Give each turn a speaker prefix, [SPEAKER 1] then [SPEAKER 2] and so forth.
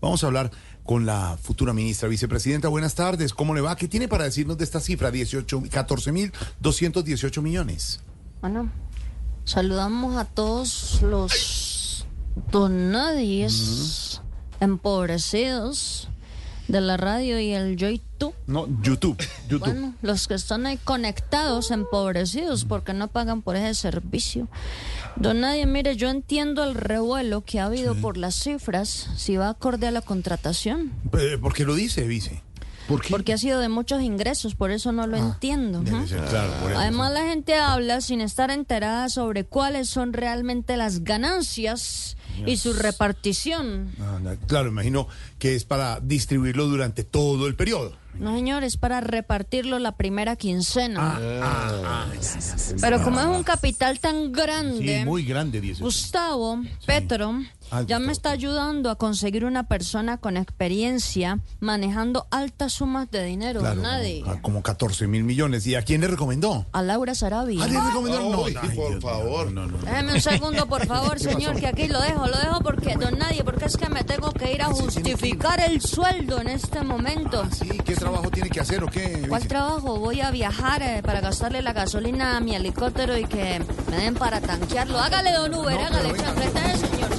[SPEAKER 1] Vamos a hablar con la futura ministra. Vicepresidenta, buenas tardes. ¿Cómo le va? ¿Qué tiene para decirnos de esta cifra? 18, 14.218 millones.
[SPEAKER 2] Bueno, saludamos a todos los donadies empobrecidos de la radio y el YouTube.
[SPEAKER 1] No, YouTube. YouTube.
[SPEAKER 2] Bueno, los que están ahí conectados, empobrecidos, porque no pagan por ese servicio. Don Nadie, mire, yo entiendo el revuelo que ha habido por las cifras, si va acorde a la contratación,
[SPEAKER 1] Eh, ¿Por qué lo dice, vice? ¿Por qué?
[SPEAKER 2] porque ha sido de muchos ingresos, por eso no lo entiendo.
[SPEAKER 1] Debe
[SPEAKER 2] ¿no?
[SPEAKER 1] ser, claro, por eso.
[SPEAKER 2] Además, la gente habla sin estar enterada sobre cuáles son realmente las ganancias y su repartición.
[SPEAKER 1] Ah, na- claro, imagino que es para distribuirlo durante todo el periodo.
[SPEAKER 2] No, señores, para repartirlo la primera quincena.
[SPEAKER 1] Ah, ah, sí, sí, sí.
[SPEAKER 2] Pero como es un capital tan grande,
[SPEAKER 1] Sí, muy grande, 18.
[SPEAKER 2] Gustavo Petro
[SPEAKER 1] Ah,
[SPEAKER 2] ya
[SPEAKER 1] Gustavo.
[SPEAKER 2] me está ayudando a conseguir una persona con experiencia manejando altas sumas de dinero.
[SPEAKER 1] Claro,
[SPEAKER 2] Nadie.
[SPEAKER 1] como- ah, como 14 mil millones. ¿Y a quién le recomendó?
[SPEAKER 2] A Laura Sarabia.
[SPEAKER 1] ¿A quién le recomendó?
[SPEAKER 3] Ay,
[SPEAKER 1] ay,
[SPEAKER 3] por
[SPEAKER 1] Dios mío,
[SPEAKER 3] favor.
[SPEAKER 1] no, no, no.
[SPEAKER 2] Déjeme un segundo, por favor, señor, que aquí lo dejo, lo dejo porque, don nadie, porque es que me tengo que ir a justificar el sueldo en este momento.
[SPEAKER 1] Ah, sí, ¿qué trabajo tiene que hacer o qué?
[SPEAKER 2] ¿Cuál
[SPEAKER 1] vice?
[SPEAKER 2] trabajo? Voy a viajar eh, para gastarle la gasolina a mi helicóptero y que me den para tanquearlo. Hágale, don Uber, hágale, chanfletee, señor.